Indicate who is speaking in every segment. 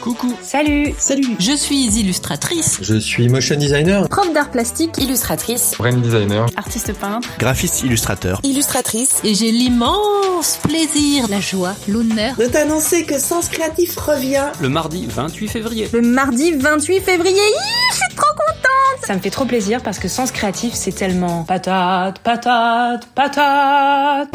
Speaker 1: Coucou.
Speaker 2: Salut.
Speaker 3: Salut.
Speaker 4: Je suis illustratrice.
Speaker 5: Je suis motion designer.
Speaker 6: Prof d'art plastique.
Speaker 7: Illustratrice.
Speaker 8: Brain designer.
Speaker 9: Artiste peintre.
Speaker 10: Graphiste illustrateur.
Speaker 11: Illustratrice.
Speaker 4: Et j'ai l'immense plaisir, la joie, l'honneur
Speaker 12: de t'annoncer que Sens Créatif revient
Speaker 1: le mardi 28 février.
Speaker 6: Le mardi 28 février. Hi, je suis trop contente.
Speaker 2: Ça me fait trop plaisir parce que Sens Créatif, c'est tellement patate, patate, patate.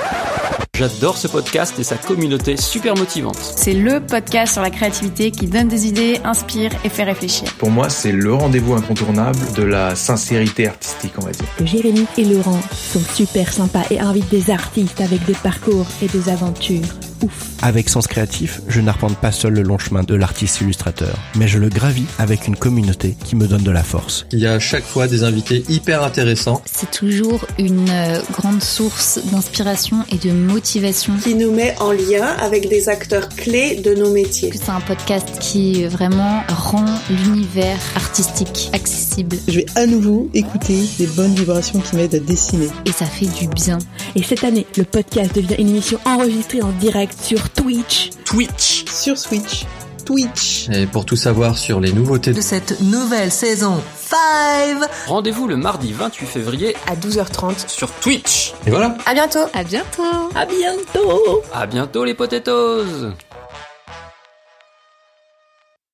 Speaker 1: J'adore ce podcast et sa communauté super motivante.
Speaker 9: C'est le podcast sur la créativité qui donne des idées, inspire et fait réfléchir.
Speaker 13: Pour moi, c'est le rendez-vous incontournable de la sincérité artistique, on va dire.
Speaker 14: Jérémy et Laurent sont super sympas et invitent des artistes avec des parcours et des aventures. Ouf.
Speaker 10: Avec Sens Créatif, je n'arpente pas seul le long chemin de l'artiste illustrateur, mais je le gravis avec une communauté qui me donne de la force.
Speaker 5: Il y a à chaque fois des invités hyper intéressants.
Speaker 15: C'est toujours une euh, grande source d'inspiration et de motivation.
Speaker 12: Qui nous met en lien avec des acteurs clés de nos métiers.
Speaker 15: C'est un podcast qui euh, vraiment rend l'univers artistique accessible.
Speaker 16: Je vais à nouveau écouter les bonnes vibrations qui m'aident à dessiner.
Speaker 15: Et ça fait du bien.
Speaker 14: Et cette année, le podcast devient une émission enregistrée en direct sur Twitch.
Speaker 16: Twitch. Sur Switch. Twitch.
Speaker 5: Et pour tout savoir sur les nouveautés
Speaker 4: de cette nouvelle saison 5,
Speaker 1: rendez-vous le mardi 28 février
Speaker 11: à 12h30
Speaker 1: sur Twitch.
Speaker 5: Et voilà.
Speaker 11: À bientôt.
Speaker 15: À bientôt.
Speaker 11: À bientôt.
Speaker 1: À bientôt les potatoes.